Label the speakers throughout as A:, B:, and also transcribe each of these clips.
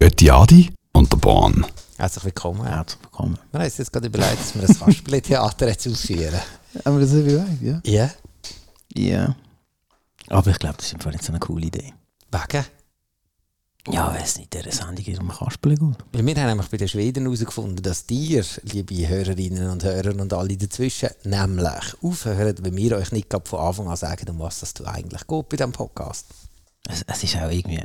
A: Gute Adi und der Bahn.
B: Herzlich willkommen.
C: Herzlich willkommen.
B: Wir haben uns jetzt gerade überlegt, dass wir ein Kasperle-Theater jetzt ausführen.
C: Haben wir das nicht überlegt, ja?
B: Ja.
C: Ja. Aber ich glaube, das ist im Fall nicht so eine coole Idee.
B: Wegen?
C: Ja, wenn es nicht in dieser Sendung geht, um Kasperle geht.
B: Weil wir haben nämlich bei den Schweden herausgefunden, dass ihr, liebe Hörerinnen und Hörer und alle dazwischen, nämlich aufhören, wenn wir euch nicht gerade von Anfang an sagen, um was das eigentlich geht bei diesem Podcast.
C: Es, es ist auch irgendwie...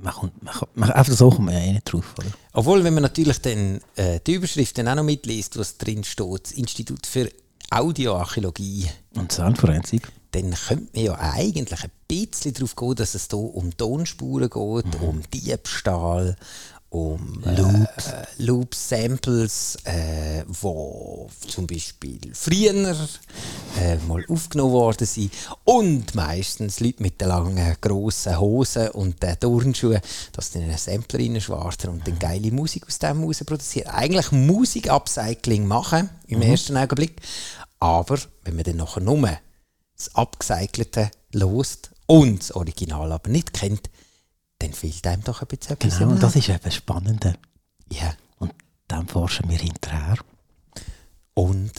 C: Man kommt, man, kommt- man, einfach so kommt man ja eh nicht drauf, oder?
B: Obwohl, wenn man natürlich dann, äh, die Überschrift dann auch noch mitliest, was drin steht, das Institut für Audioarchäologie,
C: Und Soundforensik.
B: dann könnte man ja eigentlich ein bisschen darauf gehen, dass es hier um Tonspuren geht, um Diebstahl, um Loops, äh, Loops Samples, äh, wo zum Beispiel früher äh, mal aufgenommen worden sind und meistens Leute mit den langen grossen Hosen und den Turnschuhen, dass dann einen Sampler reinschwarten und dann geile Musik aus dem raus produzieren. Eigentlich Musik-Upcycling machen im ersten Augenblick, aber wenn man dann nachher nur das Abgecycelte lost und das Original aber nicht kennt, dann fehlt einem doch ein bisschen etwas.
C: Genau,
B: im
C: und das
B: Leben.
C: ist eben spannender.
B: ja.
C: Und dann forschen wir hinterher.
B: Und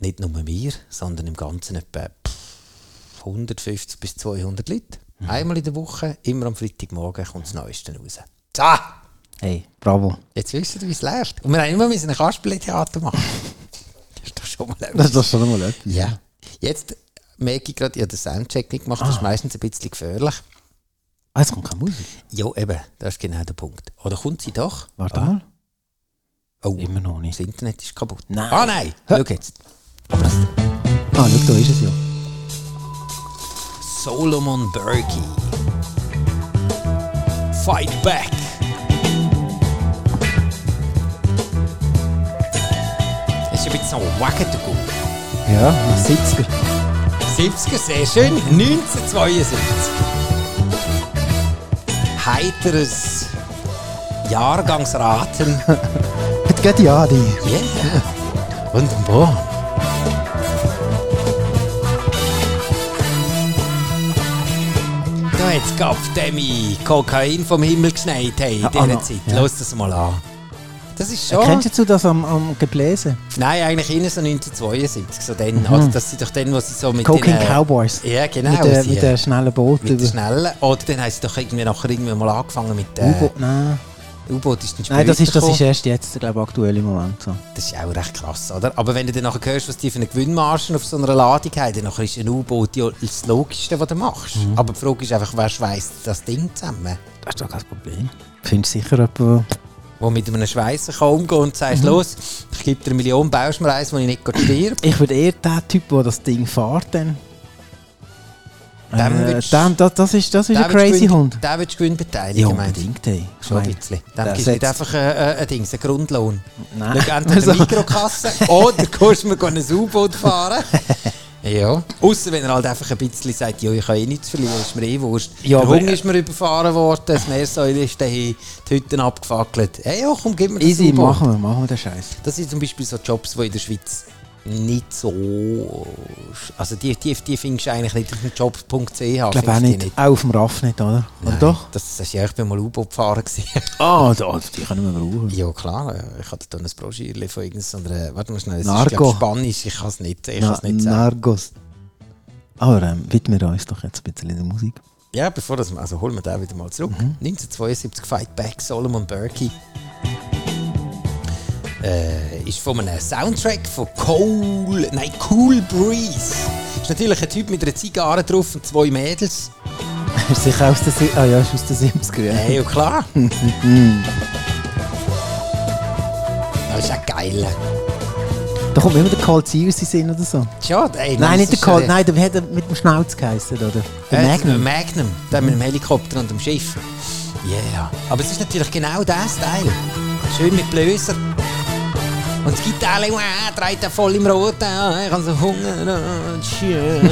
B: nicht nur wir, sondern im Ganzen etwa pff, 150 bis 200 Leute.
C: Mhm.
B: Einmal in der Woche, immer am Freitagmorgen kommt das Neueste raus. Ah,
C: Hey, bravo.
B: jetzt wisst ihr, wie es läuft. Und wir haben immer müssen ein Kasperle-Theater machen. das ist doch schon mal etwas.
C: Das ist doch schon mal etwas.
B: Ja. Jetzt merke ich gerade, ich habe den Soundcheck nicht gemacht, das ist meistens ein bisschen gefährlich.
C: Ah, jetzt kommt keine Musik.
B: Ja, eben, das ist genau der Punkt. Oder kommt sie doch?
C: Warte mal.
B: Oh,
C: Immer noch
B: das
C: nicht.
B: Internet ist kaputt.
C: Nein.
B: Ah nein, schau jetzt.
C: Ah, schau, da ist es ja.
B: Solomon Berkey. Fight back. Das ist ein bisschen so wackelig.
C: Ja, was sitzt er?
B: 70er, sehr schön. 1972. Heiteres Jahrgangsraten.
C: Hat geht ja, die.
B: Yeah. Wunderbar. Da hat's gehofft, Demi Kokain vom Himmel geschneit hey, in
C: Ja,
B: dieser
C: Anna,
B: Zeit.
C: ja. Äh,
B: Lass das mal an. Das ist schon.
C: Kennst du das am, am Gebläse?
B: Nein, eigentlich eher so 1972. So dann, also das sind doch dann, wo sie so mit
C: Mhm. Cocaine
B: den, äh,
C: Cowboys.
B: Ja, genau.
C: Mit der,
B: sie,
C: mit
B: äh,
C: der schnellen Boot.
B: mit der
C: über-
B: Schnellen. Oder dann haben sie doch irgendwie nachher irgendwann mal angefangen mit äh,
C: U-Boot, nein.
B: U-Boot. ist dann
C: Nein, das
B: später
C: ist, das
B: gekommen.
C: ist erst jetzt, glaube ich, aktuell im Moment. So.
B: Das ist auch recht krass, oder? Aber wenn du dann nachher hörst, was die für eine Gewinnmarge auf so einer Ladung haben, dann nachher ist ein U-Boot ja das Logischste, was du machst.
C: Mhm.
B: Aber die Frage ist einfach, wer schweißt das Ding zusammen?
C: Das ist doch kein Problem. Findest sicher jemanden,
B: Wo mit einem Schweißer kann umgehen und sagst,
C: Mhm.
B: los, ich gebe dir eine Million, baust mir eins, wo ich nicht gerade stirb.
C: der- Ich würde eher der Typ, der das Ding fährt, dann.
B: Dem
C: äh,
B: würdest-
C: dem, das, das ist, das ist
B: Den
C: ein
B: willst du
C: crazy
B: gewinn-
C: Hund.
B: Den willst du gewinnbeteiligen,
C: Ja,
B: meinst du?
C: unbedingt, ey. Ich
B: Schon ein
C: mein,
B: bisschen. Dem
C: der
B: gibst du nicht
C: setzt-
B: einfach äh, äh, ein Ding, einen Grundlohn.
C: Nein.
B: Schau, entweder eine Mikrokasse oder kannst du mir ein U-Boot fahren. ja. Außer wenn er halt einfach ein bisschen sagt, ja, ich habe eh nichts zu verlieren, ist mir eh wurscht.
C: Ja,
B: der
C: aber-
B: Hunger ist mir überfahren worden, das Meersäule ist dahin, die Hütten abgefackelt. Ja, ja, komm, gib mir das
C: Easy,
B: U-Boot.
C: machen wir, machen wir den Scheiß.
B: Das sind zum Beispiel so Jobs, die in der Schweiz nicht so... Also die, die, die findest du eigentlich nicht auf dem job.ch.
C: Ich glaube auch nicht. Auch auf dem Raff nicht, oder? Oder doch?
B: Das, das ist ja, ich bin mal U-Boot fahren. gewesen.
C: Ah, da, die können wir brauchen.
B: Ja, klar. äh, Ich hatte da ein Broschüre von irgendeiner. äh, Warte mal schnell, es ist
C: Narco.
B: glaub, Spanisch. Ich kann es nicht, ich kann's
C: Na,
B: nicht sagen.
C: Nargos. Aber ähm, widmen wir uns doch jetzt ein bisschen in der Musik.
B: Ja, bevor das. Also holen wir den wieder mal zurück.
C: Mhm.
B: 1972 Fight Back Solomon Berkey. Äh, ist von einem Soundtrack von Cool. Nein, Cool Breeze. Ist natürlich ein Typ mit einer Zigarre drauf und zwei Mädels.
C: Ist sicher aus der Si- Ah ja, ist aus den 70er Jahren.
B: Hey, ja klar. das ist ja geil.
C: Da kommt mir immer der Cold Sears in den Sinn oder so.
B: Tja, ey, äh,
C: Nein,
B: das
C: nicht der
B: ist Äh,
C: Cold,
B: ja-
C: nein, der hat er mit dem Schnauz geheißen, oder? Der
B: Der Magnum. Eh,
C: Magnum.
B: Magnum, der mit dem Helikopter und dem Schiff. Yeah. Aber es ist natürlich genau der Style. Schön mit Blöser. Und es gibt alle, wow, dreht er voll im Roten, ah, ich habe so Hunger. ah, schön.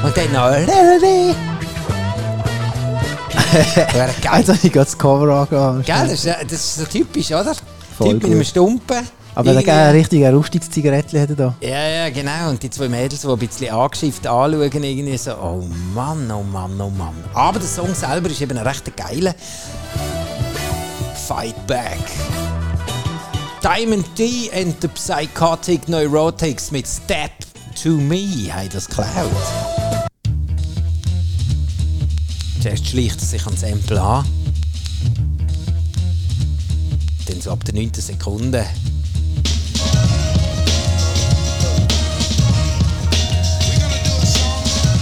B: nou, und dann noch. Wäre geil.
C: Jetzt habe ich gerade das Cover angegangen.
B: Gell, das ist, ja- das ist so typisch, oder?
C: Voll Ah,
B: typ mit einem
C: gut.
B: Stumpen.
C: Aber der
B: irgendwie-
C: geil, richtig ein rustiges Zigarettchen hat er da.
B: ja, ja, genau. Und die zwei Mädels, die ein bisschen angeschifft anschauen, irgendwie so, oh Mann, oh Mann, oh Mann. Aber der Song selber ist eben ein recht geiler. Fight Back. Diamond D and the Psychotic Neurotics mit Step to Me haben das geklaut. Zuerst schleicht er sich ans Sample an. Dann so ab der 9. Sekunde.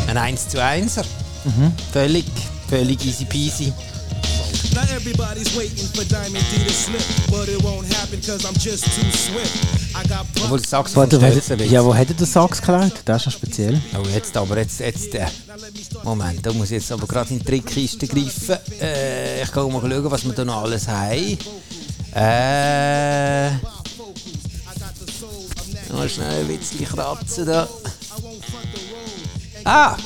B: Ein 1 zu 1er.
C: Mhm.
B: Völlig, völlig easy peasy.
D: Now everybody's waiting for Diamond D to slip, but it won't happen cause I'm just too swift. I got
B: Obwohl
D: problems.
B: das Saxophon
C: Warte,
B: stört es ein
C: wer-
B: bisschen.
C: ja, wo hätte der Sax geklaut? Das ist noch speziell.
B: Oh, jetzt aber, jetzt, jetzt, äh, Moment, da muss ich jetzt aber gerade in die Trickkiste greifen. Äh, ich kann mal schauen, was wir da noch alles haben. Äh, noch schnell ein bisschen kratzen da. Ah,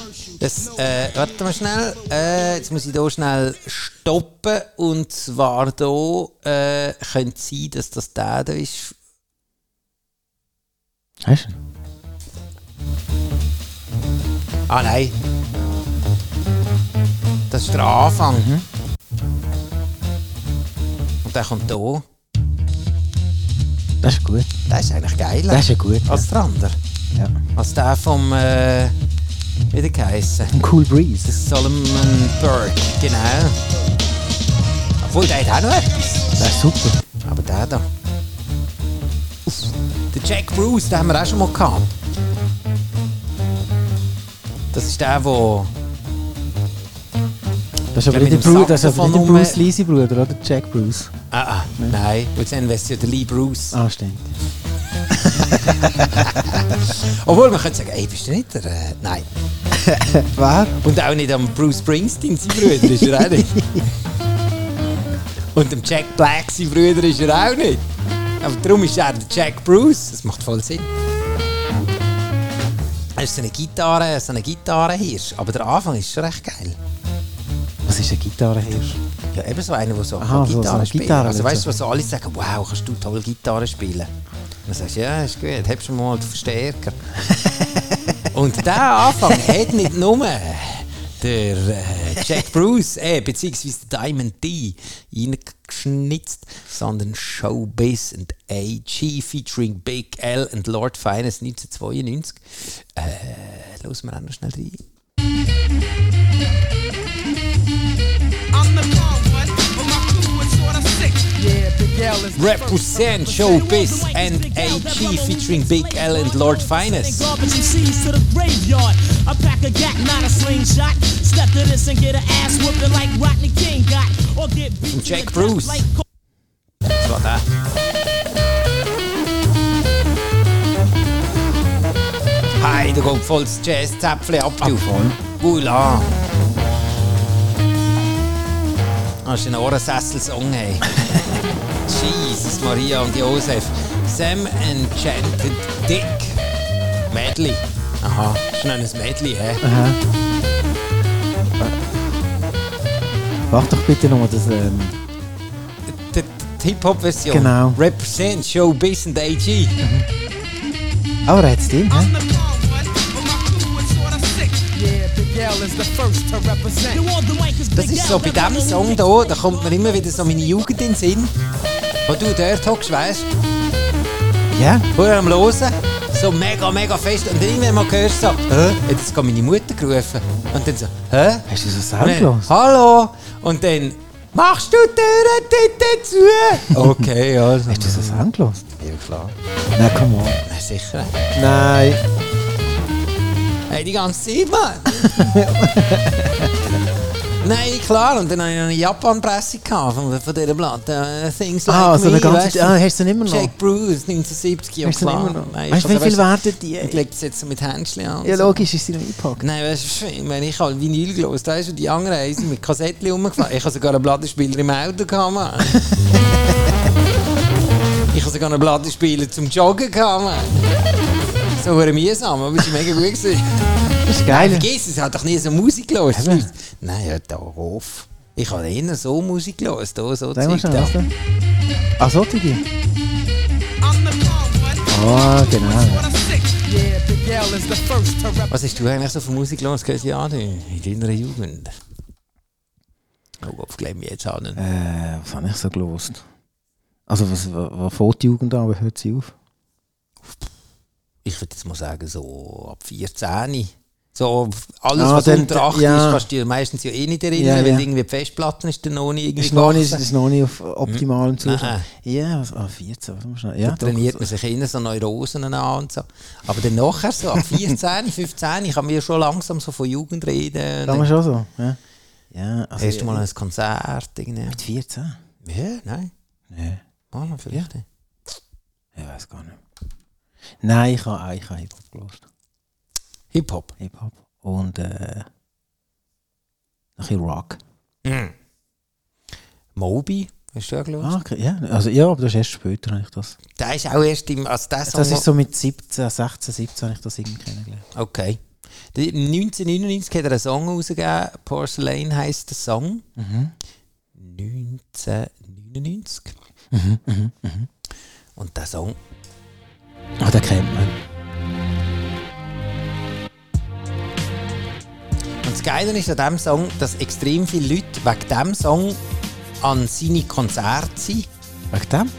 B: das, äh, warte mal schnell. Äh, jetzt muss ich hier schnell stoppen. Und zwar hier äh, könnte es sein, dass das der da ist.
C: Weißt du?
B: Ah nein. Das ist der Anfang. Und dann kommt hier.
C: Das ist gut.
B: Das ist eigentlich geiler.
C: Das ist ja gut. Ja.
B: als der andere.
C: Ja.
B: Als der vom. Äh, wie der geheissen?
C: Ein cool Breeze.
B: Solomon Burke, genau. Obwohl, der hat auch noch etwas.
C: Das ist super.
B: Aber der da. Uff. Der Jack Bruce, den haben wir auch schon mal gehabt. Das ist der, der.
C: Das ist aber
B: Der
C: nicht der
B: mit dem
C: Bruce, das ist aber
B: Saxophon
C: nicht der
B: rum-
C: Bruce Leezy Bruder, oder? Der Jack Bruce.
B: Ah, ah, nein. Weil dann wär's ja der Lee Bruce.
C: Ah, stimmt.
B: Obwohl, man könnte sagen, ey, bist du nicht der? Äh, nein.
C: Wer?
B: Und auch nicht am Bruce Springsteen, sein Bruder, ist er auch nicht. Und am Jack Black, sein Bruder, ist er auch nicht. Aber darum ist er der Jack Bruce. Das macht voll Sinn. Er ist so eine Gitarre, so eine Gitarrenhirsch. Aber der Anfang ist schon recht geil.
C: Was ist ein Gitarrenhirsch?
B: Ja, eben so einer, der so
C: Aha,
B: kann
C: so- so
B: Gitarre
C: eine
B: spielt.
C: Gitarre
B: also
C: mit
B: weißt du,
C: so-
B: was so alle sagen, wow, kannst du toll Gitarre spielen. Und dann sagst du, ja, ist gut, hast du mal den Verstärker. Und der Anfang hat nicht nur der äh, Jack Bruce, äh, beziehungsweise der Diamond D, reingeschnitzt, sondern Showbiz and AG featuring Big L and Lord Finest 1992. Äh, hören wir auch noch schnell rein.
E: I'm the calm one, but my crew is sorta sick. Yeah, Big L is
B: Represent Showbiz and AG featuring Big L and Lord Finest.
F: Garbage MCs to the graveyard. I pack a gat, not a slingshot. Step to this and get an ass whooping like Rodney King got. Or get beat to
B: Jack
F: the death
B: Bruce.
F: like
B: Das war der. Hi, da kommt voll das Jazz-Zäpfchen ab, du. Wula. Das ist ein Ohrensessel-Song, hey. Jesus, Maria und Josef. Sam Enchanted Dick. er Medley. Aha, das ist noch ein Medley, hä?
C: Wach doch bitte nochmal das. Ähm,
B: Die, die Hip-Hop-Version.
C: Genau.
B: Represent Showbiz and AG.
C: aber er hat es drin, hä?
E: I'm the calm one, but my crew is sorta sick. Yeah, Big L is the first to represent.
F: You want the mic is
B: Das
F: Big
B: ist
F: L,
B: so bei
F: never
B: diesem
F: know
B: Song
F: who
B: hier, da kommt mir immer wieder so meine Jugend in den Sinn. Wo du dort hockst, weißt du,
C: Ja?
B: vorher am Losen, so mega, mega fest. Und dann immer mal hörst du so, hä? Jetzt kann meine Mutter gerufen. Und dann so, hä?
C: Hast du so
B: Und dann,
C: soundlos?
B: Hallo! Und dann, machst du die Türe dort zu? Okay, also.
C: Hast du so soundlos?
B: Ja, klar.
C: Nein, komm on.
B: Na, sicher.
C: Nein.
B: Hey, die ganze Zeit, Mann! Nein, klar, und dann hatte ich noch eine Japan-Presse gehabt von, von dieser Platte. äh, Things like
C: Ah, so eine
B: me,
C: ganze-
B: weißt du?
C: ah, hast du sie nicht mehr noch?
B: Jack Bruce, 1970, ja
C: Hast du sie
B: klar.
C: immer noch?
B: Nein,
C: Weißt
B: also,
C: du, wie viel
B: weißt
C: wertet die? äh,
B: du, Ich lege das jetzt so mit Händchen an. und
C: Ja,
B: so.
C: logisch ist sie noch eingepackt.
B: Nein, weißt du, ich, meine, ich habe Vinyl gelost, weißt du, und die anderen haben sie mit Kassettchen rumgefahren. Ich habe sogar einen Plattenspieler im Auto gehabt, Mann. Ich habe sogar einen Plattenspieler zum Joggen gehabt, Mann. So hure mühsam, aber es war mega gut. Gewesen.
C: Das ist geil.
B: Vergiss es, hat doch nie so Musik gehört.
C: Eben.
B: Nein, ja, da auf. Ich habe eher so Musik gehört, da so
C: Sag mal
B: Zeug
C: schnell,
B: da.
C: was denn? Ah, so die?
E: I'm the calm one,
C: Ah, genau.
E: sorta sick. Yeah, Big L is the first to represent.
B: Was hast du eigentlich so für Musik gehört, Christiane, in deiner Jugend? Knopf klemme ich jetzt an.
C: Äh, was habe ich so gelost? Also, was, was, was fängt die Jugend an? Wie hört sie auf?
B: Ich würde jetzt mal sagen, so ab 14. So, alles,
C: Ah,
B: was
C: dann-
B: unter 8
C: ja.
B: ist, kannst du dir meistens ja eh nicht erinnern,
C: Ja,
B: weil
C: ja.
B: irgendwie die Festplatten ist dann noch nie irgendwie
C: Ist noch nicht,
B: gewachsen.
C: ist noch nicht auf optimalem Zustand.
B: Nein.
C: Ja, was, ah, 14, warte mal schnell. Ja,
B: Da trainiert man sich innen so Neurosen an und so. Aber dann nachher so, ab 14, 15, kann man ja schon langsam so von Jugend reden.
C: Damals
B: Dann
C: schon so. Ja, ja also
B: erst mal ein Konzert. Irgendwie.
C: mit 14?
B: Ja, nein.
C: Nein,
B: Mal, vielleicht. Ja.
C: ich weiß gar nicht. Nein, ich habe ich hab Hip-Hop gelost.
B: Hip-Hop.
C: Hip-Hop. Und äh, ein bisschen Rock.
B: Moby, hast du ja gehört?
C: Ah, okay. ja, also, ja, aber das ist erst später, habe ich das.
B: Der ist auch erst im... Also der Song,
C: Das ist so mit 17, 16, 17 habe ich das irgendwie kennengelernt.
B: Okay. Die- 1999 hat er einen Song rausgegeben, Porcelain heisst der Song.
C: Mhm.
B: 1999.
C: Mhm,
B: Und der Song,
C: Ah, den kennt man.
B: und das Geile ist an diesem Song, dass extrem viele Leute wegen diesem Song an seine Konzerte sind.
C: Wegen dem?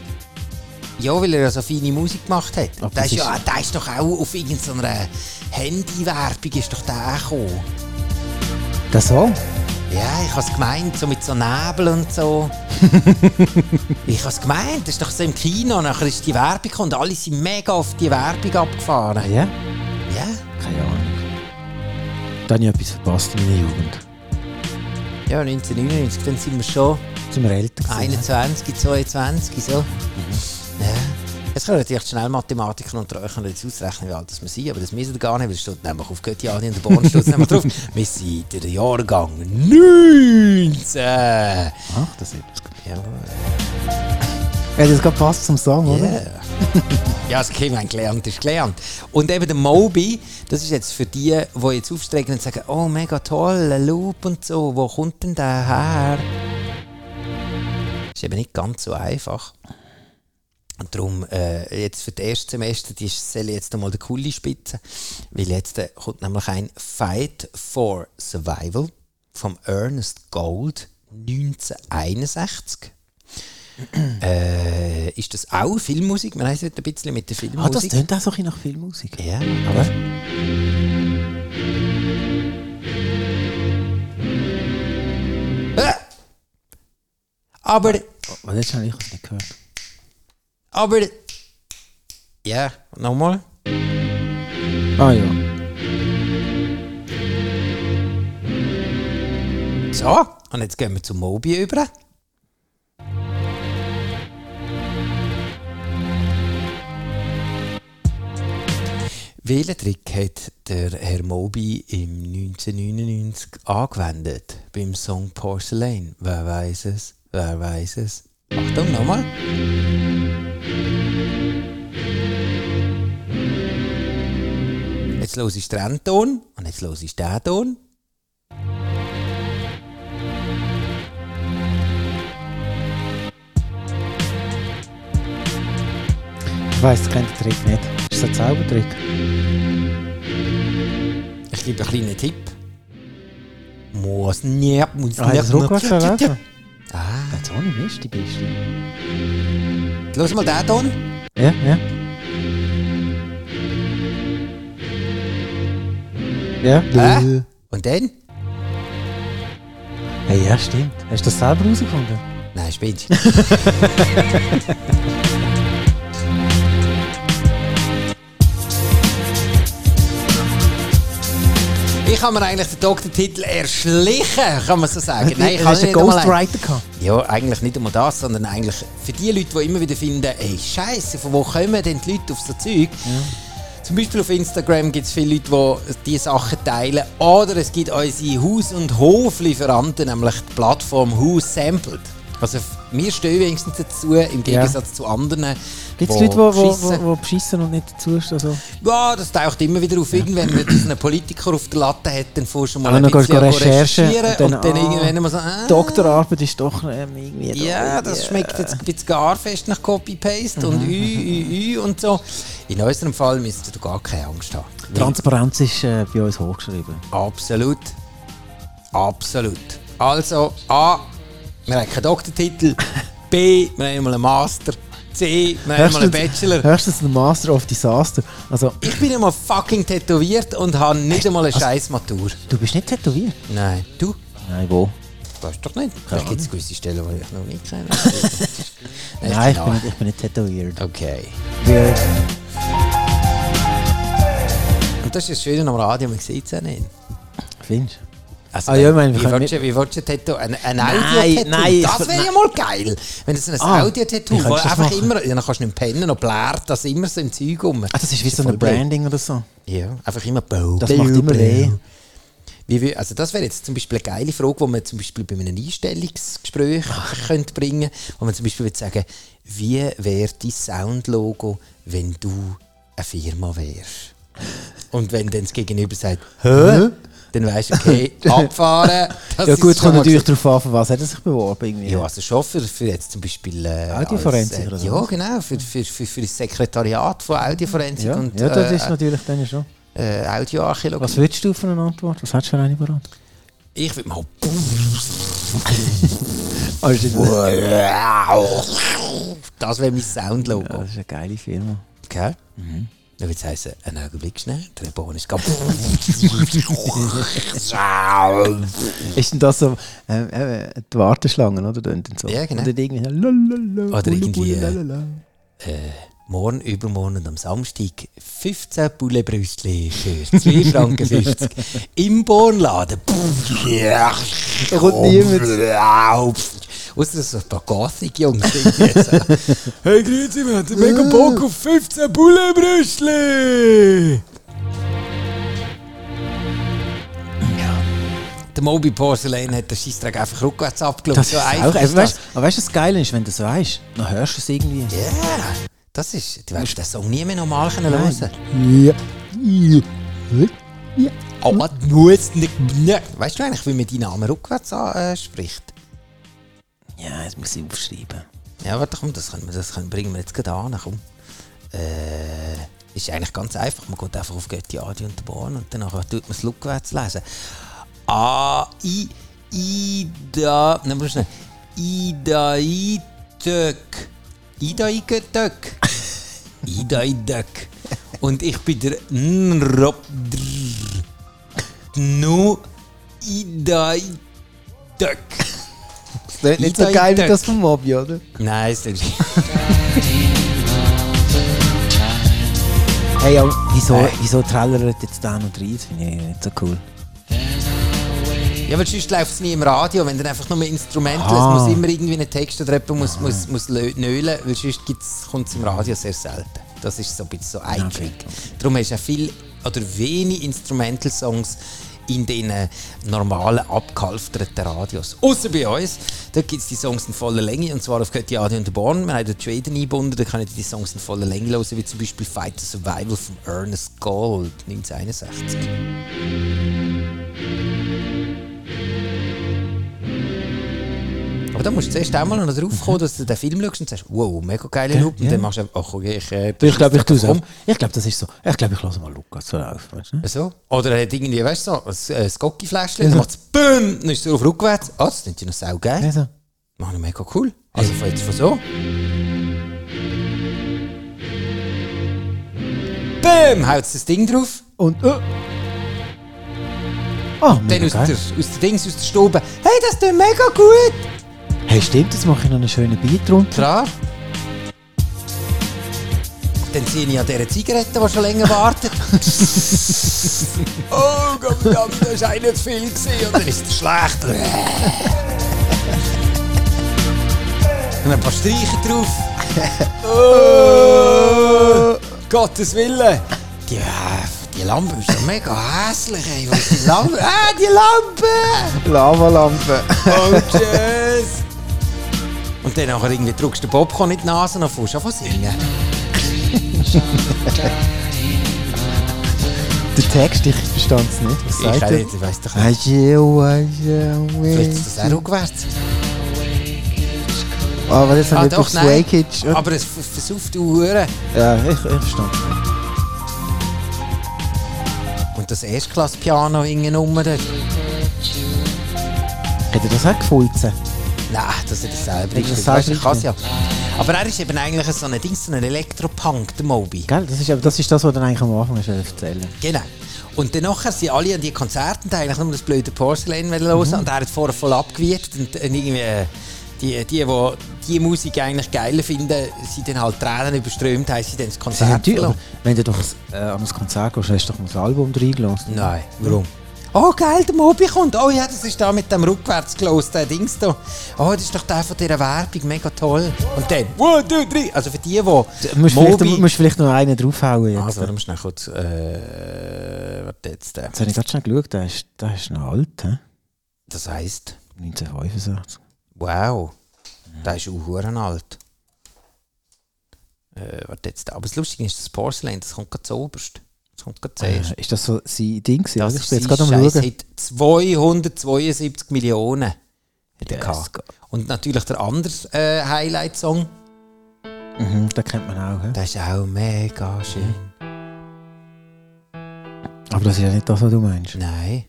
B: Ja, weil er ja so feine Musik gemacht hat.
C: Aber
B: der,
C: das
B: ist ja,
C: ist-
B: der ist doch auch auf irgendeiner Handywerbung ist doch der auch gekommen.
C: Der Song?
B: Ja, ich habe es gemeint, so mit so Nebel und so. ich habe es gemeint, das ist doch so im Kino, nachher ist die Werbung gekommen und alle sind mega auf die Werbung
C: Ah,
B: abgefahren.
C: ja?
B: Ja,
C: Keine Ahnung. Da habe ich etwas verpasst in meiner Jugend.
B: ja 1999, dann sind wir schon
C: Sind wir älter gewesen, Mhm.
B: 21, 22, so. Ja. Jetzt können natürlich schnell Mathematiker und Röcher jetzt ausrechnen, wie alt das wir sind, aber das müssen wir gar nicht, weil es steht nämlich auf Göttiani und der Born steht es nämlich drauf. Wir sind der Jahrgang 19. Ja,
C: ne? Ach, das ist etwas.
B: jawohl.
C: Ja, das gerade passt zum Song, oder?
B: Yeah. ja, das Kind haben gelernt, ist gelernt. Und eben der Moby, das ist jetzt für die, die jetzt aufstrecken und sagen, oh, mega toll, ein Loop und so, wo kommt denn der her? Ist eben nicht ganz so einfach. Und darum, äh, jetzt für das erste Semester, die soll jetzt einmal der coole Spitze, weil jetzt äh, kommt nämlich ein Fight for Survival vom Ernest Gold 1961. Äh, ist das auch Filmmusik? Man heisst ein bisschen mit der Filmmusik.
C: Ah, das tönt auch so ein bisschen nach Filmmusik.
B: Ja, aber. Äh! Aber,
C: Aber jetzt habe ich es nicht gehört.
B: aber. Ja, nochmal.
C: Ah ja.
B: So, und jetzt gehen wir zu Mobi über. Welchen Trick hat der Herr Moby im 1999 angewendet beim Song Porcelain? Wer weiß es? Wer weiß es? Achtung, nochmal. Jetzt los ist den Ton und jetzt los ist der Ton.
C: Ich weiss, ich kenne den Trick nicht. Ist das ein Zaubertrick?
B: Ich gebe einen kleinen Tipp. Muss nicht, muss nicht.
C: Ah, das rückwärts laufen?
B: Ah,
C: Das ist auch nicht Mist, die Beste.
B: los mal den Ton.
C: Ja, ja. Ja.
B: Hä? Und dann?
C: Hey, ja, stimmt. Hast du das selber herausgefunden?
B: Nein, spinnst Ich habe mir eigentlich den Doktortitel erschlichen, kann man so sagen. Nein, ich habe
C: hast
B: nicht
C: einen
B: einmal einen-
C: Ghostwriter gehabt.
B: Ja, eigentlich nicht einmal das, sondern eigentlich für die Leute, die immer wieder finden, ey, Scheiße, von wo kommen denn die Leute auf so Zeug? Zum Beispiel auf Instagram gibt es viele Leute, die diese Sachen teilen. Oder es gibt unsere Haus- und Hoflieferanten, nämlich die Plattform Who Sampled. Also f- wir stehen wenigstens dazu, im Gegensatz zu anderen.
C: Gibt es
B: die
C: Leute, die wo,
B: beschissen. Ah.
C: wo, wo beschissen und nicht dazu ist? Also,
B: Ja, das taucht immer wieder auf. Irgendwann, wenn das ein Politiker auf der Latte hat, dann fährst du mal
C: Ah,
B: ein
C: dann
B: bisschen
C: gehst du
B: an
C: recherchen
B: recherchieren
C: und dann,
B: und dann
C: ah,
B: irgendwann mal so... Ah,
C: Doktorarbeit ist doch ähm, irgendwie.
B: Ja, Mhm. das schmeckt jetzt ein bisschen gar fest nach Copy-Paste und ü, ü, ü und so. In unserem Fall müsst ihr gar keine Angst haben.
C: Transparenz ist äh, bei uns hochgeschrieben.
B: Absolut. Absolut. Also, A, Wir haben keinen Doktortitel. B, wir haben mal einen Master. C, wir haben mal einen Bachelor.
C: Höchstens ein Master of Disaster. Also,
B: Ich bin einmal fucking tätowiert und habe nicht einmal eine scheiß Matur.
C: du bist nicht tätowiert.
B: Nein. Du?
C: Nein, wo?
B: Das ist doch nicht. Vielleicht gibt es gewisse Stellen, die ich noch nicht kenne.
C: Nein, ich bin, nicht, ich bin nicht tätowiert.
B: Okay.
C: Wir-
B: Und das ist das Schöne am Radio, man sieht es ja nicht.
C: Findest du?
B: Also,
C: Ah ja, ich meine, wir
B: wie,
C: können
B: willst du, wie willst du ein Tattoo? Ein, ein
C: Nein,
B: Audio-Tattoo?
C: nein,
B: das
C: ich-
B: wäre ja mal geil. Wenn es ein
C: Ah,
B: Audio-Tattoo
C: wie
B: wo
C: kannst du
B: einfach
C: das machen?
B: immer, ja, dann kannst du nicht pennen, noch blärt das immer so im Zeug rum.
C: Ah, das ist wie so
B: ja
C: ein
B: voll blöd.
C: Branding oder so.
B: Ja, einfach immer Bau.
C: Das macht immer weh.
B: Wie, wü- also das wäre jetzt zum Beispiel eine geile Frage, die man zum Beispiel bei einem Einstellungsgespräch
C: Ah.
B: könnte bringen wo man zum Beispiel würde sagen, wie wäre dein Soundlogo, wenn du eine Firma wärst? Und wenn dann das Gegenüber sagt, hä? Dann weißt du, okay, abfahren. das
C: Ja
B: ist
C: gut,
B: schon
C: kommt
B: mal
C: natürlich darauf an, für was hat er sich beworben. Irgendwie.
B: ja, also schon für, für jetzt zum Beispiel... Äh,
C: Audioforensik
B: als,
C: oder
B: äh,
C: so.
B: Ja, genau, für, für, für, für das Sekretariat von Audioforensik
C: ja.
B: und
C: ja das
B: äh,
C: ist natürlich dann schon.
B: äh, Audioarchäologie.
C: Was würdest du für eine Antwort? Was hast du für eine parat?
B: Ich würde mal...
C: Oh, das, ist eine,
B: Äh, Das wäre mein Soundlogo.
C: das ist eine geile Firma.
B: Okay? Mhm. Dann würde es heißen, einen Augenblick schnell, der Bohnen ist ganz...
C: Ist denn das so ähm, äh, die Warteschlangen, oder? Tönt denn so.
B: Ja, genau.
C: Oder irgendwie lalalala,
B: Oder irgendwie, äh,
C: lalalala.
B: Morgen, übermorgen und am Samstag 15 Bullebrüstli für 2,50 Franken 50. im Bornladen. Ja.
C: Da kommt niemand.
B: Ausser so ein paar Gothic-Jungs. irgendwie so. hey, grüezi, wir haben mega Bock auf 15 Bullebrüstli. Ja. Der Moby Porcelain hat den Scheissdreck einfach rückwärts abgelaufen.
C: Das ist auch, also, weißt, aber weißt du, was geil ist, wenn du das weißt? Dann hörst du es irgendwie.
B: Ja, das ist. Du wirst den Song nie mehr normal können hören.
C: Ja. ja.
B: Aber Ah, du musst nicht. ne. Weißt du eigentlich, wie man deinen Namen rückwärts äh, anspricht?
C: Ja, jetzt muss ich aufschreiben.
B: Ja, warte, komm, das, können wir, das können, bringen wir jetzt gerade an. Komm. Äh, ist eigentlich ganz einfach. Man geht einfach auf Götti Adi und den Born und danach tut man es rückwärts lesen. A, I, Ida. Nein, muss schnell. Ida, Idök. Ida, Idök. Ida, Idök. Und ich bin der Nrob. Nu, Ida, Idök.
C: Das ist
B: nicht so geil wie das
C: vom Mobi, oder?
B: Nein, ist nicht.
C: Hey, aber wieso, wieso trellert jetzt Dan und Reed? Finde ich nicht so cool.
B: Ja, weil sonst läuft es nie im Radio, wenn dann einfach nur ein Instrument lässt.
C: Ah.
B: muss immer irgendwie einen Text oder jemand muss, muss, muss lö- nölen, weil sonst kommt es im Radio sehr selten. Das ist so ein bisschen so einkrieg. Darum hast du auch viel oder wenig Instrumental-Songs in den äh, normalen, abgehalfterten Radios. Außer bei uns, da gibt es die Songs in voller Länge, und zwar auf Götti Adi und der Born. Wir haben den Schweden eingebunden, da können die Songs in voller Länge hören, wie zum Beispiel Fight the Survival von Ernest Gold, 1961. Aber da musst du zuerst auch mal noch drauf kommen, dass du den Film schaust und sagst, wow, mega geile Loop. Und dann machst du einfach, ach, okay, ich... Äh,
C: Ich glaube, ich tue es
B: komm.
C: auch. Ich glaube, das ist so. Ich glaube, ich lasse mal Lukas so laufen. Weißt du?
B: So. Oder er hat irgendwie, weißt du, so ein, ein Skocki-Fläschchen, dann macht es BÄM, dann ist es auf rückwärts. Ah, das klingt ja noch saugeil.
C: Also,
B: Mann, mega cool. Also von jetzt von so. BÄM, haut das Ding drauf.
C: und. äh. Ah,
B: Dann
C: mega
B: aus der,
C: geil.
B: aus der Dings, aus der Stube. Hey, das tut mega gut.
C: Hey, stimmt, jetzt mache ich noch einen schönen Beat runter.
B: Klar. Dann ziehe ich an dieser Zigarette, die schon länger wartet. oh Gott, Gott, da ist einer zu viel gewesen. Und dann ist es schlecht. Und ein paar Streiche drauf. Oh, Gottes Willen. Die, äh, die Lampe ist ja mega hässlich. Ey. Wo ist die Lampe? Ah, die Lampe!
C: Lavalampe.
B: Oh, tschüss! Und dann nachher irgendwie drückst du den Popcorn in die Nase und fährst an zu singen.
C: Der Text, ich verstand es nicht. Was
B: Ich
C: sagt
B: kann
C: er?
B: nicht, ich weiss doch nicht. Vielleicht ist
C: Vielleicht
B: das auch rückwärts.
C: Ah, Aber das haben wir durch Sway Kids. Ja,
B: Aber es f- versauft die Uhren.
C: Ja, ich, ich verstand es nicht.
B: Und das Erstklass-Piano hinten rum. dort.
C: Hätte das auch gefulzen?
B: Nein, dass er das selber
C: Hat er
B: ist.
C: das
B: Weißt du,
C: selber
B: Casio. Aber er ist eben eigentlich so ein Ding, so ein Elektropunk, der Moby.
C: Gell? Das ist, aber das ist das, was du eigentlich am Anfang hast erzählen
B: Genau. Und dann nachher sind alle an die Konzerte und haben eigentlich nur das blöde Porcelain hören wollen.
C: Mhm.
B: und er hat vorher voll abgewirkt und äh, irgendwie äh, die, die, die die Musik eigentlich geil finden, sind dann halt Tränen überströmt, haben sie dann das
C: Sie sind
B: Konzert
C: teuer, aber
B: verloren.
C: wenn du doch äh, an ein Konzert gehst, hast du doch mal das Album reingelassen.
B: Nein, warum? Oh geil, der Mobi kommt. Oh ja, das ist da mit dem rückwärts gelosten Dings da. Oh, das ist doch der von dieser Werbung, mega toll. Und dann, one, two, three. Also für die, die
C: Du musst, vielleicht, du musst vielleicht noch einen draufhauen jetzt.
B: Also, warum ist noch kurz... Äh, warte jetzt. äh,
C: Jetzt habe ich gerade schon geschaut, der ist, der ist noch alt, hä?
B: Das heisst...
C: 1965.
B: Wow, der ist auch verdammt alt. Äh, warte jetzt. Aber das Lustige ist, das Porcelain, das kommt gerade zuoberst. Das kommt gerade zuerst.
C: Äh, ist das so sein Ding gewesen?
B: das
C: oder? ich bin
B: sein
C: jetzt gerade am
B: Scheiss.
C: Schauen.
B: hat 272 Millionen. Hat er
C: Yes,
B: gehabt. Und natürlich der andere äh, Highlight-Song.
C: Mhm, den kennt man auch, hä?
B: Der ist auch mega schön.
C: Hm. Aber das ist ja nicht das, was du meinst.
B: Nein,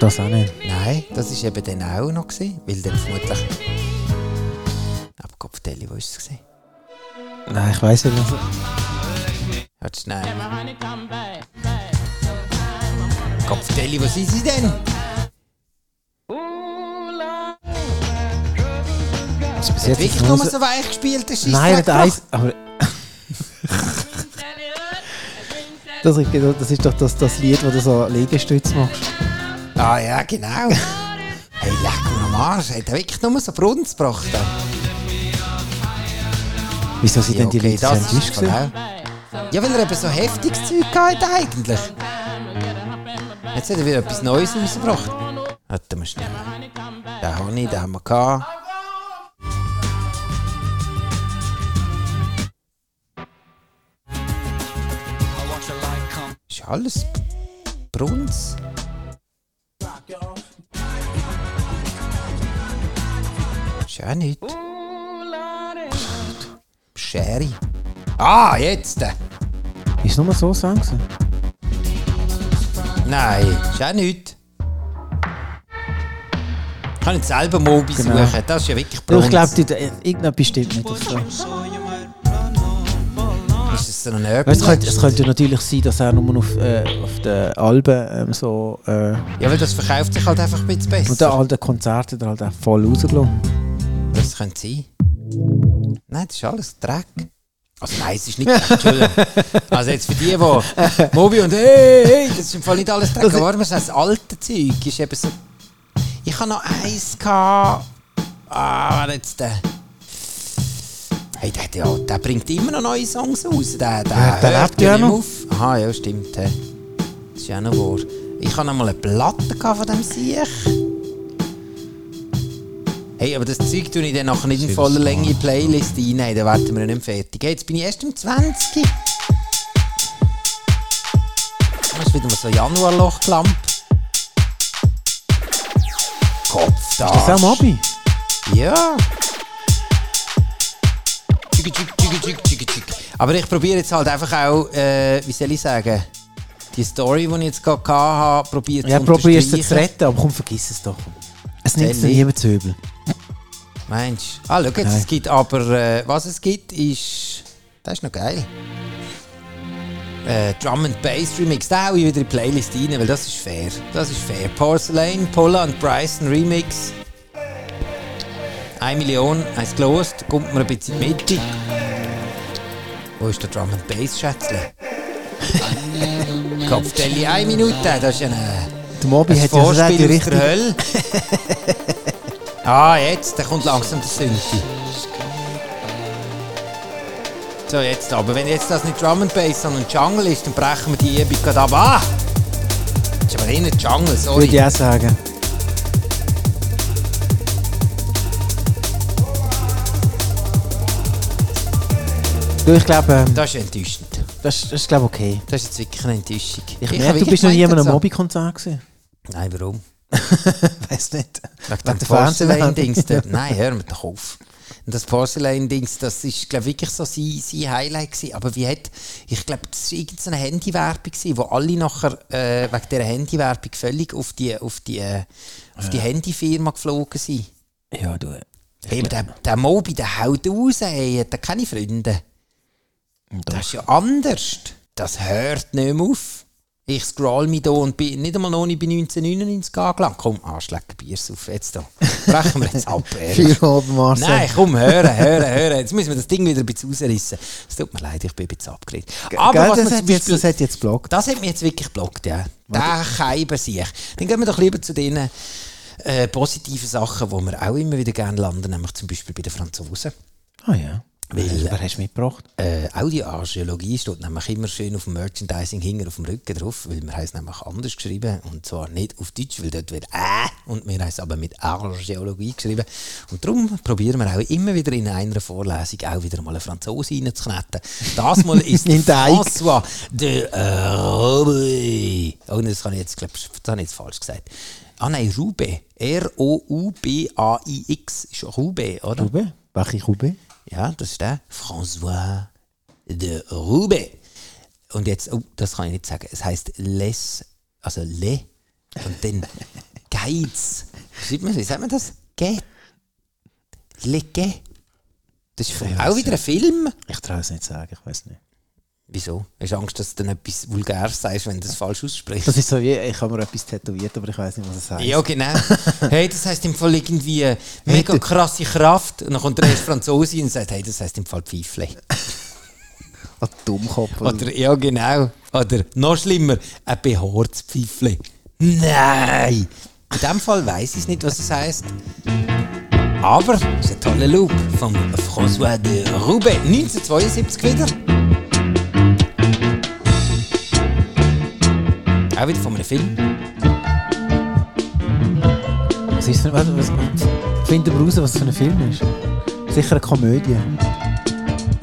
C: Das auch nicht.
B: nein, das war eben dann auch noch. Gewesen, weil dann vermutlich... Abkopfdeli, wo war es? gewesen?
C: Nein, ich weiß nicht. was-
B: Hört schnell. Kopfdeli, was ist sie denn?
C: Also bis
B: Hat
C: jetzt
B: wirklich
C: ist nur
B: nur
C: so-
B: so weich gespielt, der
C: Nein,
B: Scheissdreck
C: mit
B: doch.
C: eins. Aber das, ist- das ist doch das, das Lied, wo du so Liegestütz machst.
B: Ah ja, genau. hey, leck mir am Arsch. Hat er wirklich nur so Brunz gebracht? da?
C: Wieso sind denn die Leute so
B: das
C: enttäuscht
B: ist
C: gewesen?
B: genau. Ja, weil er eben so heftiges Zeug gehabt hat eigentlich. Jetzt hat er wieder etwas Neues rausgebracht. Warte mal schnell. Den habe ich, den haben wir gehabt. Ist ja alles Brunz. Ist ja auch nicht. Sherry. Ah, jetzt!
C: Ist nur so ein Song gewesen?
B: Nein, ist auch nicht. Ich kann nicht selber Mobi
C: Genau.
B: suchen, das ist ja wirklich
C: Du,
B: Brunz.
C: ich glaube, irgendetwas stimmt nicht. Auf das.
B: ist das so ein Urban
C: Weißt, es, könnte, es könnte natürlich sein, dass er nur auf, äh, auf den Alben ähm, so äh,
B: Ja, weil das verkauft sich halt einfach ein bisschen
C: und den
B: besser.
C: alten Konzerten dann halt auch voll rausgelassen.
B: Das könnte sein. Nein, das ist alles Dreck. Also nein, es ist nicht Dreck, Entschuldigung. Also jetzt für die, die Mobi und hey, hey, das ist im Fall nicht alles Dreck. Aber warum ist das alte Zeug? Ist eben so... Ich habe noch eins gehabt. Ah, warte jetzt der... Hey, der, hat ja, der bringt immer noch neue Songs raus. Der, der,
C: Ja, der
B: hört
C: lebt ja
B: nicht mehr
C: noch.
B: auf. Aha, ja, stimmt. hä. Das ist ja auch noch wahr. Ich habe noch mal eine Platte gehabt von dem Siech. Hey, aber das Zeug tue ich dann nachher nicht in voller Länge in die Playlist rein, Nein, dann werden wir nicht fertig. Hey, jetzt bin ich erst um 20. Das ist wieder mal so ein Januarlochklamp. Kopf da.
C: Das ist auch Mobi.
B: Ja. Tschicki, tschick, tschicki, tschick, tschicki, tschick. Aber ich probiere jetzt halt einfach auch, äh, wie soll ich sagen, die Story, die ich jetzt gerade hatte, probiere
C: Ja,
B: zu
C: probierst du zu
B: unterstreichen.
C: retten, aber komm, vergiss es doch. Es nimmt es
B: Ehrlich?
C: niemand zu übel.
B: Mensch. Ah, schau jetzt, es
C: Nein.
B: gibt aber, äh, was es gibt, ist. Das ist noch geil. Äh, Drum and Bass Remix, da hau ich wieder in die Playlist rein, weil das ist fair. Das ist fair. Porcelain, Polla und Bryson Remix. 1 Million, eins gelost, kommt mir ein bisschen in die Mitte. Wo ist der Drum and Bass Schätzle? Kopfdeli 1 Minute, das ist ja eine.
C: Der Mobi
B: Ein
C: hat ja schon die
B: Vorspiel aus
C: richtige...
B: der Hölle. ah, jetzt, da kommt langsam der Synthi. So, jetzt aber. Wenn jetzt das nicht Drum and Bass, sondern Jungle ist, dann brechen wir die Übung gerade ab. Ah! Das ist aber eh nicht Jungle, sorry.
C: Würde ich auch sagen. Du, ich glaube, ähm,
B: Das ist enttäuschend.
C: das, das ist glaube okay.
B: Das ist jetzt wirklich eine Enttäuschung.
C: Ich
B: habe
C: merke, du
B: wirklich
C: bist noch nie
B: gemeint,
C: an einem
B: so-
C: Mobi-Konzert gewesen.
B: Nein, warum?
C: Weiß nicht.
B: Wegen dem
C: der Fernsehwerbung.
B: Porcelain-Dings dort. Nein, hör mir doch auf. Und das Porcelain-Dings, das ist, glaube wirklich so sein, sein Highlight gewesen. Aber wie hat, ich glaube, das war irgendeine Handywerbung gewesen, wo alle nachher äh, wegen dieser Handywerbung völlig auf die, auf die, äh, auf die Handyfirma geflogen sind.
C: Ja, du.
B: Hey, aber der, der Mobi, der haut raus, ey, hat da keine Freunde. Das ist ja anders. Das hört nicht mehr auf. Ich scroll mich hier und bin nicht einmal noch nicht bei 1999 angelangt. Komm, Anschlag Bier auf, jetzt da. Brechen wir jetzt ab, ehrlich.
C: Vier oben, Marcel.
B: Nein, komm, hören, hören, hören. Jetzt müssen wir das Ding wieder ein bisschen rausrissen. Es tut mir leid, ich bin ein bisschen abgeregt. Aber
C: Gell,
B: was man
C: das, hat
B: zum
C: jetzt,
B: Beispiel-
C: das hat jetzt blockt.
B: das hat mich jetzt wirklich blockt, ja. Der Keiber sich. Dann gehen wir doch lieber zu den äh, positiven Sachen, die wir auch immer wieder gerne landen, nämlich zum Beispiel bei den Franzosen.
C: Ah ja. Weil, Wer hast du mitgebracht?
B: Äh, auch die Archäologie steht nämlich immer schön auf dem Merchandising hinten auf dem Rücken drauf, weil wir haben es nämlich anders geschrieben und zwar nicht auf Deutsch, weil dort wird «äh» und wir haben es aber mit Archäologie geschrieben. Und darum probieren wir auch immer wieder in einer Vorlesung auch wieder mal einen Franzosen reinzuknetten. Das mal ist
C: In den Eig.
B: François de äh, Roubaix. Oh, das kann ich jetzt, glaub, ich, das habe ich jetzt falsch gesagt. Ah nein, Roubaix. R-O-U-B-A-I-X ist Roubaix, oder?
C: Kube? Bachi Kube?
B: Ja, das ist der François de Roubaix. Und jetzt, oh, das kann ich nicht sagen. Es heißt Les, also Le und dann Geiz. Schreibt man, wie sagt man das? Ge. Le Ge. Das ist auch wieder ein Film.
C: Ich traue es nicht zu sagen, ich weiß nicht.
B: Wieso? Hast du Angst, dass du dann etwas Vulgäres sagst, wenn du das falsch aussprichst?
C: Das ist so wie, ich habe mir etwas tätowiert, aber ich weiß nicht, was es heißt.
B: Ja, genau. Hey, das heisst im Fall irgendwie äh, mega krasse Kraft. Und dann kommt der erste Franzose und sagt, hey, das heisst im Fall Pfeifle.
C: Ein Dummkopf.
B: Oder, ja, genau. Oder noch schlimmer, ein Beharzpfiffle. Nein! In dem Fall weiß ich es nicht, was es heißt. Aber es ist ein toller Loop von François de Roubaix. 1972 wieder. Auch wieder von einem Film.
C: Was ist denn, was, was, finden wir raus, was es für ein Film ist? Sicher eine Komödie.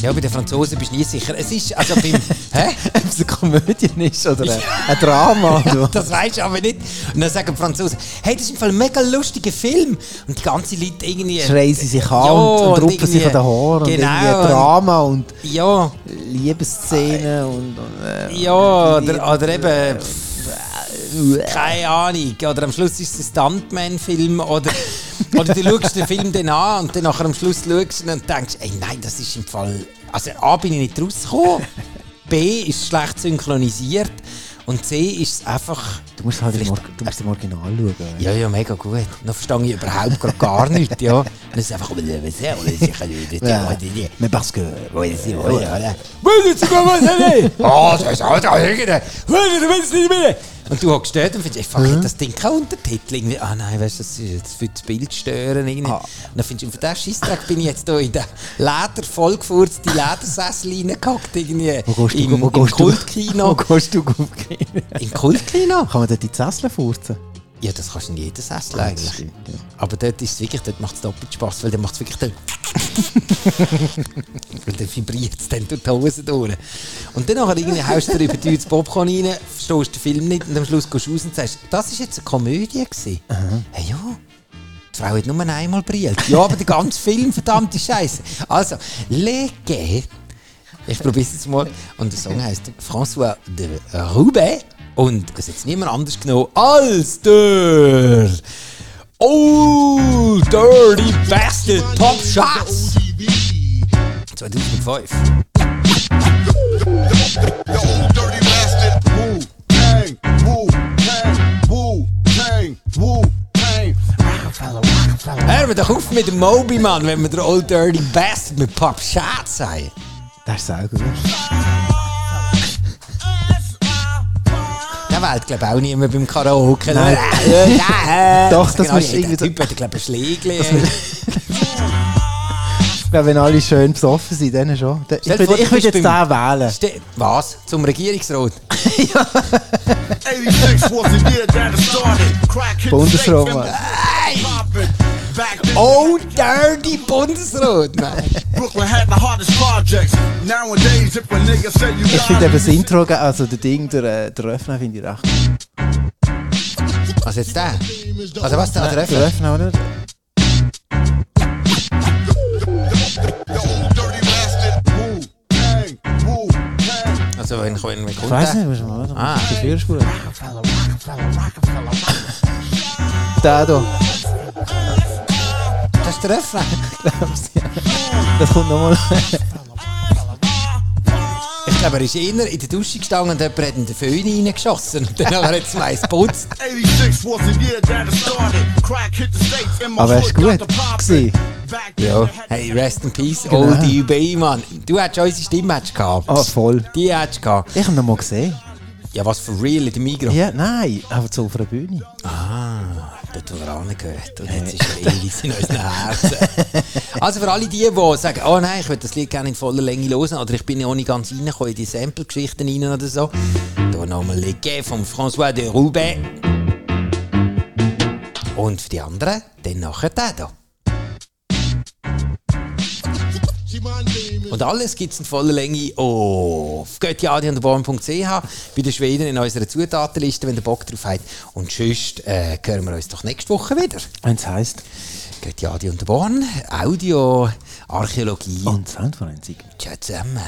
B: Ja, bei den Franzosen bist du nie sicher. Es ist, also beim, hä?
C: Ob es eine Komödie ist oder ein, ein Drama. du.
B: Das weiß ich aber nicht. Und dann sagen die Franzosen, hey, das ist im Fall ein mega lustiger Film. Und die ganzen Leute irgendwie...
C: Schreien sie sich an
B: Ja,
C: und, und
B: und
C: rupfen sich an den Haaren.
B: irgendwie-
C: Und
B: Genau,
C: irgendwie
B: und-
C: Drama und
B: Ja,
C: Liebesszenen und... und äh,
B: ja, oder, oder eben. pff, Keine Ahnung. Oder am Schluss ist es ein Stuntman-Film. Oder, oder du schaust den Film dann an und dann nachher am Schluss schaust du und denkst, ey, nein, das ist im Fall. Also A bin ich nicht rausgekommen, B ist schlecht synchronisiert und C ist es einfach.
C: du musst halt im,
B: Vielleicht-
C: Or du musst im Original schauen. weißt du?
B: Ja, ja, mega gut. Noch verstehe ich überhaupt grad gar nichts. Ja. Das ist einfach. Ja.
C: Mais parce que...
B: Wollen Sie wollen,
C: Äh,
B: oder? Wollen Sie mal was haben? Oh, das ist halt auch irgendein. Wollen Sie willst nicht mehr? Und du hockst dort und findest, ey, fuck, hat das Ding keinen Untertitel? Irgendwie, ah nein, weißt du, das, ist, das würde das Bild stören.
C: Ah.
B: Irgendwie. Und dann findest du, für diesen Scheissdreck bin ich jetzt hier in den Leder vollgefurzt, die Ledersessel reingehackt. Irgendwie.
C: Wo gehst du?
B: Im, im
C: wo gehst Du, wo
B: Kultkino.
C: gehst du? gut gehen?
B: Im Kultkino?
C: Kann man dort die Sesseln furzen?
B: Ja, das kannst du in jedem Sessel eigentlich.
C: Ah, stimmt, ja.
B: Aber dort ist es wirklich, dort macht es doppelt Spass, weil dann macht es wirklich den Und dann vibriert es dann durch die Hose durch. Und dann nachher irgendwie haust du dir über die Popcorn rein, verstehst den Film nicht und am Schluss gehst du raus und sagst, das war jetzt eine Komödie. Gewesen. Hey, ja. Die Frau hat nur einmal brillt. Ja, aber der ganze Film, verdammte Scheiße. Also, lege. Ich probiere es jetzt mal. Und der Song heißt François de Roubaix. Und es hat jetzt niemand anders genommen als der Old Dirty Bastard Top Shots 2005. Hör mir doch auf mit dem Moby, Mann, wenn wir den Old Dirty Bastard mit Pop Shots haben.
C: Das ist auch gut.
B: Der wählt, glaube ich, halt, auch niemand beim Karaoke.
C: Nein.
B: Nein.
C: Doch, das musst du
B: irgendwie... Der Genau,
C: irgendwie so-
B: Typ hat, glaube ich, ein Schlägli.
C: Ich glaube, wenn alle schön besoffen sind, dann schon. Da- Ich
B: Stell dir vor,
C: würde ich
B: du
C: würd
B: bist
C: jetzt den
B: beim-
C: wählen.
B: Ste- Was? Zum Regierungsrat?
G: 86 was the year that it started. Crack hit
C: Bundesrat,
G: straight from
C: Mann.
G: the poppin'. Back then,
B: Old Dirty Oh, Bundesrat. Nein.
G: Brooklyn had the hardest projects. Nowadays, if a nigga say you
C: Ich finde
G: got
C: eben das Intro, ge- also der Ding, der, äh, der Öffner, finde ich recht.
B: Was jetzt der? Also was der? Der
C: Der
B: Öffner?
C: Öffner, oder?
G: dirty bastard, move, bang, move, bang.
B: Also wenn, wenn, wenn
C: Ich
B: kommt
C: weiß
B: der?
C: nicht, muss man mal.
B: Ah.
C: Ah. Die Führerspur. Der hier.
B: der Refrain.
C: Das kommt nochmal.
B: Ich glaube, er ist inner in der Dusche gestanden und jemand hat in den Föhn reingeschossen. Und dann hat er jetzt weiss geputzt.
G: 86 was the year that it started. Crack hit the states and my
C: Aber es
G: foot
C: war
G: got
C: gut
G: the poppin'.
C: gewesen.
G: Back
B: Ja.
G: then,
B: Hey, rest in peace, Oldie B, Mann. Du hättest unsere Stimme hättest gehabt.
C: Genau. Ah, voll.
B: Die hättest du gehabt.
C: Ich habe nochmal gesehen.
B: Ja, was für real in der Migros.
C: Ja, nein, aber zu auf einer Bühne.
B: Ah, Dort, wo er angehört. Und jetzt ist er ewig in unseren Herzen. Also für alle die, die sagen, oh nein, ich will das Lied gerne in voller Länge hören oder ich bin ja auch nicht ganz reingekommen in die Sample-Geschichten rein oder so. Hier nochmal Legge von François de Roubaix. Und für die anderen, dann nachher der hier. Und alles gibt es in voller Länge auf göttiadiandeborn.ch bei den Schweden in unserer Zutatenliste, wenn ihr Bock drauf habt. Und sonst äh, hören wir uns doch nächste Woche wieder.
C: Wenn es heisst.
B: Göttiadi und der Born, Audio, Archäologie
C: Und Soundforensik.
B: Tja zusammen.